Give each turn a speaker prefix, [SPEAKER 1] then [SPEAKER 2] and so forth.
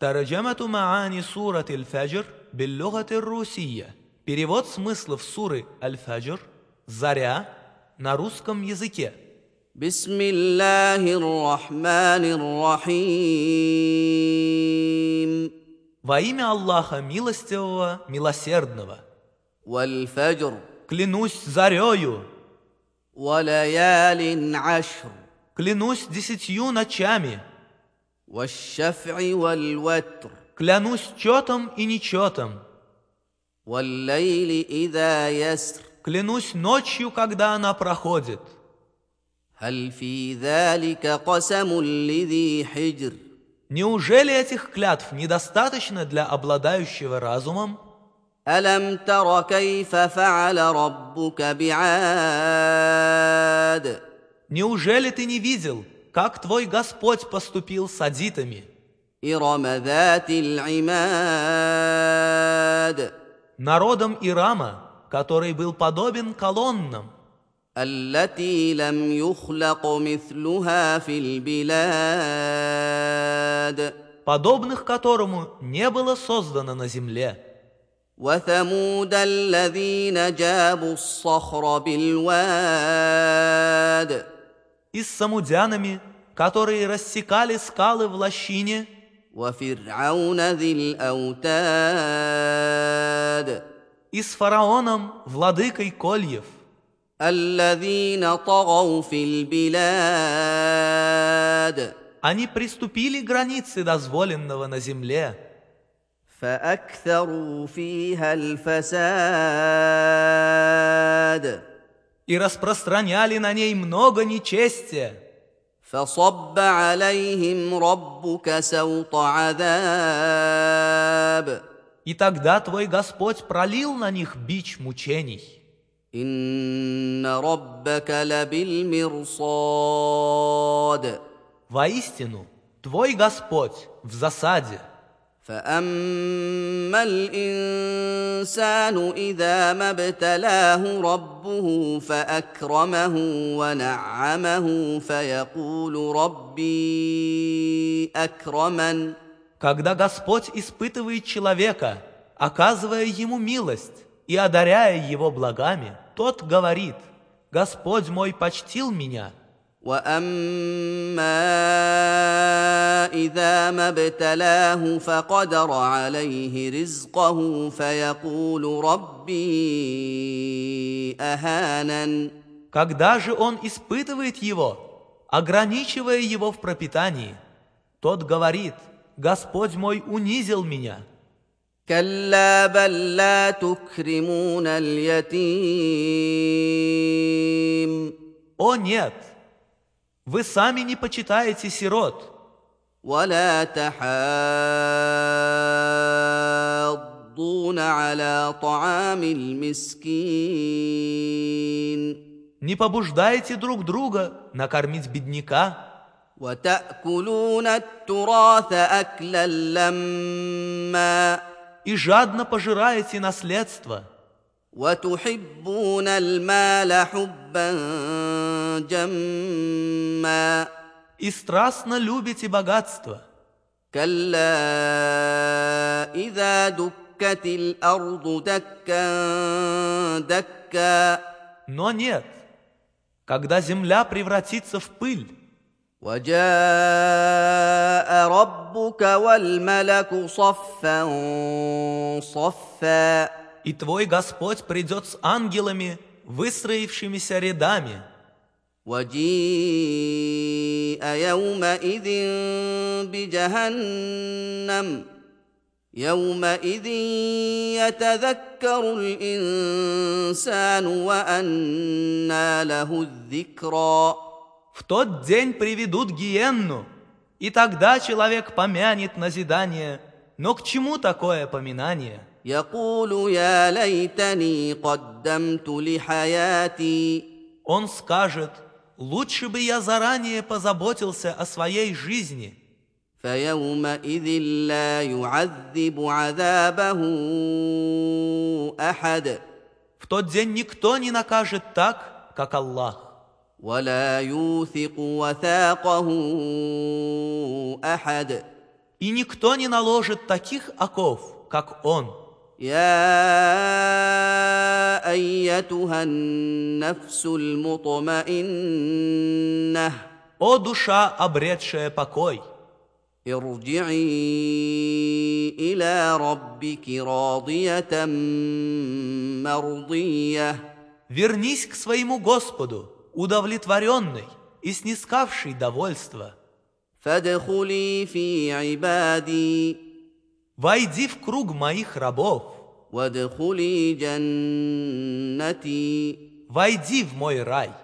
[SPEAKER 1] Тараджамату маани сурат аль-фаджр биллюгат руссия Перевод смыслов суры аль-фаджр «Заря» на русском языке.
[SPEAKER 2] بسم الله الرحمن الرحيم
[SPEAKER 1] Во имя Аллаха милостивого, милосердного.
[SPEAKER 2] والفجر
[SPEAKER 1] Клянусь зарею,
[SPEAKER 2] وليال عشر
[SPEAKER 1] клянусь десятью ночами,
[SPEAKER 2] والشفع والوتر
[SPEAKER 1] клянусь четом и нечетом,
[SPEAKER 2] والليل إذا يسر
[SPEAKER 1] клянусь ночью, когда она проходит.
[SPEAKER 2] هل في ذلك قسم لذي حجر
[SPEAKER 1] Неужели этих клятв недостаточно для обладающего разумом?
[SPEAKER 2] ألم تر كيف فعل ربك بعاد
[SPEAKER 1] Неужели ты не видел, как твой Господь поступил с адитами?
[SPEAKER 2] إرم ذات العماد
[SPEAKER 1] народом Ирама, который был подобен колоннам,
[SPEAKER 2] التي لم يخلق مثلها في البلاد
[SPEAKER 1] подобных которому не было создано на земле,
[SPEAKER 2] وثمود الذين جابوا الصخر بالواد
[SPEAKER 1] и с самудянами, которые рассекали скалы в лощине,
[SPEAKER 2] وفرعون ذي الاوتاد
[SPEAKER 1] и с фараоном, владыкой Кольев,
[SPEAKER 2] الذين طغوا في البلاد
[SPEAKER 1] они приступили границы дозволенного на земле
[SPEAKER 2] فاكثروا فيها الفساد
[SPEAKER 1] и распространяли на ней много нечестия.
[SPEAKER 2] فصب عليهم ربك سوط عذاب
[SPEAKER 1] И тогда твой Господь пролил на них бич мучений.
[SPEAKER 2] ان ربك لبالمرصاد
[SPEAKER 1] Воистину, твой Господь в засаде –
[SPEAKER 2] فاما الانسان اذا ما ابتلاه ربه فاكرمه ونعمه فيقول ربي اكرمن
[SPEAKER 1] Когда Господь испытывает человека, оказывая ему милость и одаряя его благами, тот говорит, «Господь мой почтил меня,
[SPEAKER 2] واما اذا ما ابتلاه فقدر عليه رزقه فيقول ربي اهانن
[SPEAKER 1] когда же он испытывает его, ограничивая его в пропитании». Тот говорит, «Господь мой унизил меня».
[SPEAKER 2] كلا بل لا تكرمون اليتيم
[SPEAKER 1] «О нет! Вы сами не почитаете сирот
[SPEAKER 2] ولا تحاضون على طعام المسكين
[SPEAKER 1] не побуждаете друг друга накормить бедняка,
[SPEAKER 2] وتأكلون التراث أكلا لما
[SPEAKER 1] и жадно пожираете наследство».
[SPEAKER 2] وتحبون المال حبا جما
[SPEAKER 1] и страстно любите богатство.
[SPEAKER 2] كلا إذا دكت الأرض دكا دكا
[SPEAKER 1] Но нет, когда земля превратится в пыль,
[SPEAKER 2] وجاء ربك والملك صفا صفا
[SPEAKER 1] и твой Господь придет с ангелами, выстроившимися рядами,
[SPEAKER 2] وجيء يومئذ بجهنم يومئذ يتذكر الانسان وانى له الذكرى
[SPEAKER 1] в тот день приведут гиенну, и тогда человек помянет назидание. Но к чему такое поминание?
[SPEAKER 2] يقول يا ليتني قدمت لحياتي
[SPEAKER 1] Он скажет, лучше бы я заранее позаботился о своей жизни,
[SPEAKER 2] فيومئذ لا يعذب عذابه احد
[SPEAKER 1] в тот день никто не накажет так, как Аллах.
[SPEAKER 2] ولا يوثق وثاقه احد
[SPEAKER 1] и и никто не наложит таких оков, как он.
[SPEAKER 2] يا ايتها النفس المطمئنه
[SPEAKER 1] О душа, обретшая покой,
[SPEAKER 2] ارجعي الى ربك راضيه مرضيه
[SPEAKER 1] вернись к своему Господу, удовлетворенный и снискавший довольство.
[SPEAKER 2] فادخلي في عبادي
[SPEAKER 1] Войди в круг моих рабов,
[SPEAKER 2] وادخلي جنتي
[SPEAKER 1] войди в мой рай.